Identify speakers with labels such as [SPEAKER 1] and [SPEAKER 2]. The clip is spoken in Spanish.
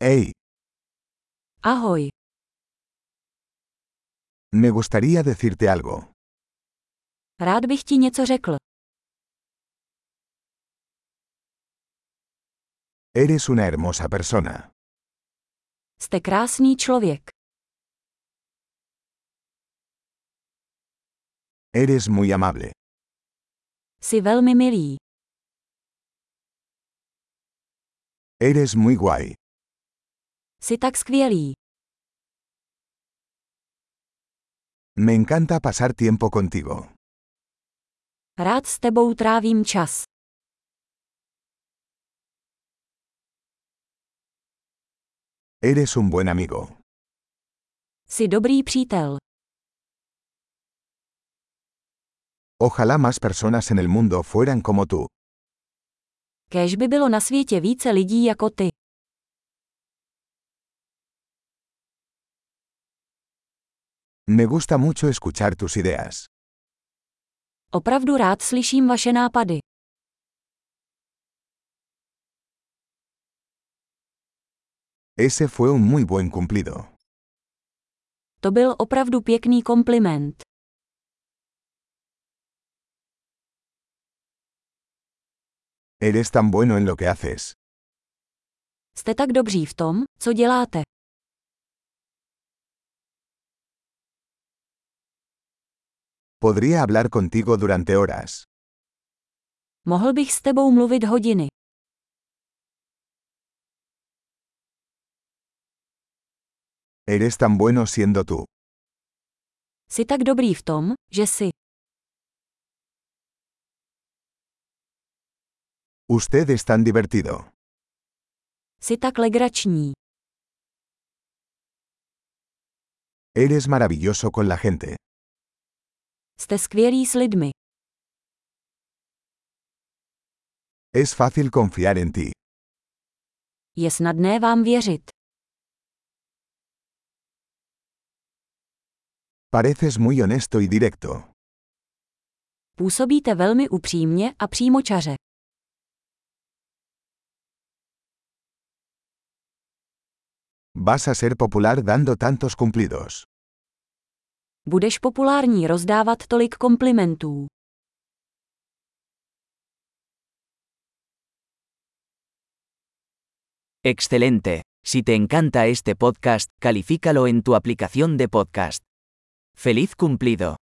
[SPEAKER 1] Hey,
[SPEAKER 2] Ahoj,
[SPEAKER 1] me gustaría decirte algo.
[SPEAKER 2] rád bych ti něco řekl.
[SPEAKER 1] Eres una hermosa persona.
[SPEAKER 2] Jste krásný člověk.
[SPEAKER 1] Eres muy amable.
[SPEAKER 2] Jsi velmi milý.
[SPEAKER 1] Eres muy guay.
[SPEAKER 2] Jsi tak skvělý.
[SPEAKER 1] Me encanta pasar tiempo contigo.
[SPEAKER 2] Rád s tebou trávím čas.
[SPEAKER 1] Eres un buen amigo.
[SPEAKER 2] Jsi dobrý přítel.
[SPEAKER 1] Ojalá más personas en el mundo fueran como tú.
[SPEAKER 2] Kéž by bylo na světě více lidí jako ty.
[SPEAKER 1] Me gusta mucho escuchar tus ideas.
[SPEAKER 2] Opravdu rád slyším vaše nápady.
[SPEAKER 1] Ese fue un muy buen cumplido.
[SPEAKER 2] To byl opravdu pěkný kompliment.
[SPEAKER 1] Eres tan bueno en lo que haces.
[SPEAKER 2] Jste tak dobří v tom, co děláte.
[SPEAKER 1] Podría hablar contigo durante horas.
[SPEAKER 2] Mohl bych s tebou mluvit hodiny.
[SPEAKER 1] Eres tan bueno siendo tú.
[SPEAKER 2] Jsi tak dobrý v tom, že jsi.
[SPEAKER 1] Usted es tan divertido.
[SPEAKER 2] Jsi tak legrační.
[SPEAKER 1] Eres maravilloso con la gente.
[SPEAKER 2] Jste skvělí s lidmi.
[SPEAKER 1] Es fácil confiar en ti.
[SPEAKER 2] Je snadné vám věřit.
[SPEAKER 1] Pareces muy honesto y directo.
[SPEAKER 2] Působíte velmi upřímně a přímočaře.
[SPEAKER 1] Vas a ser popular dando tantos cumplidos.
[SPEAKER 2] Budeš populární rozdávat tolik komplimentů.
[SPEAKER 3] Excelente. Si te encanta este podcast, califícalo en tu aplicación de podcast. ¡Feliz cumplido!